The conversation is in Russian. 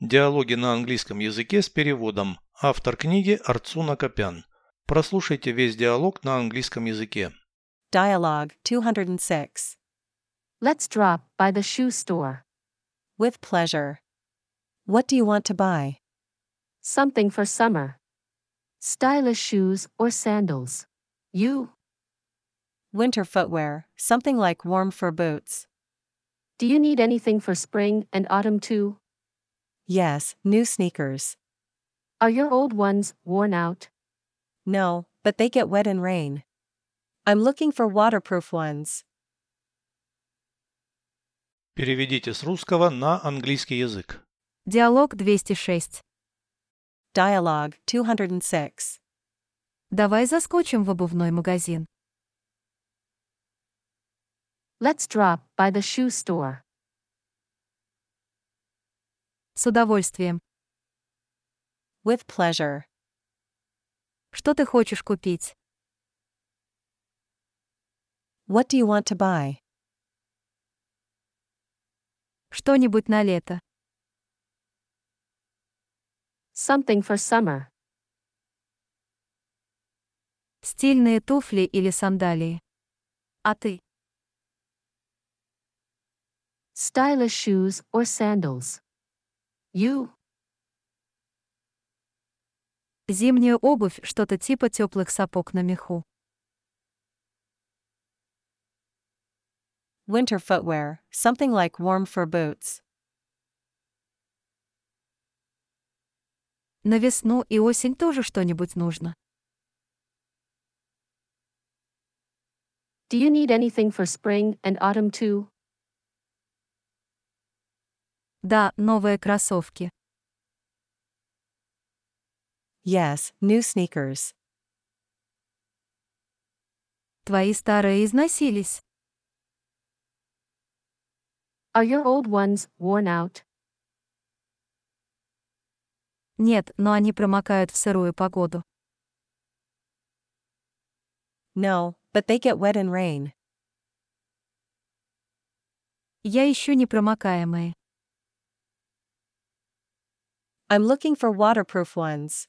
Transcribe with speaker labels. Speaker 1: Диалоги на английском языке с переводом. Автор книги Арцуна Копян. Прослушайте весь диалог на английском языке.
Speaker 2: Dialogue 206.
Speaker 3: Let's drop by the shoe store.
Speaker 2: With pleasure. What do you want to buy?
Speaker 3: Something for summer. Stylish shoes or sandals. You,
Speaker 2: Winter footwear, something like warm fur boots.
Speaker 3: do you need anything for spring and autumn too?
Speaker 2: Yes, new sneakers.
Speaker 3: Are your old ones worn out?
Speaker 2: No, but they get wet in rain. I'm looking for waterproof ones.
Speaker 1: Переведите с русского на английский язык.
Speaker 4: Диалог 206.
Speaker 2: Dialogue 206.
Speaker 4: Давай заскочим в обувной магазин.
Speaker 3: Let's drop by the shoe store.
Speaker 4: С удовольствием.
Speaker 2: With pleasure.
Speaker 4: Что ты хочешь купить?
Speaker 2: What do you want to buy?
Speaker 4: Что-нибудь на лето.
Speaker 3: Something for summer.
Speaker 4: Стильные туфли или сандалии. А ты?
Speaker 3: Stylish shoes or sandals. You,
Speaker 4: Зимнюю обувь, что-то типа теплых сапог на меху.
Speaker 2: Winter footwear, something like warm fur boots.
Speaker 4: На весну и осень тоже что-нибудь нужно.
Speaker 3: do you need anything for spring and autumn too?
Speaker 4: Да, новые кроссовки.
Speaker 2: Yes, new sneakers.
Speaker 4: Твои старые износились.
Speaker 3: Are your old ones worn out?
Speaker 4: Нет, но они промокают в сырую погоду.
Speaker 2: No, but they get wet in rain.
Speaker 4: Я ищу непромокаемые.
Speaker 2: I'm looking for waterproof ones.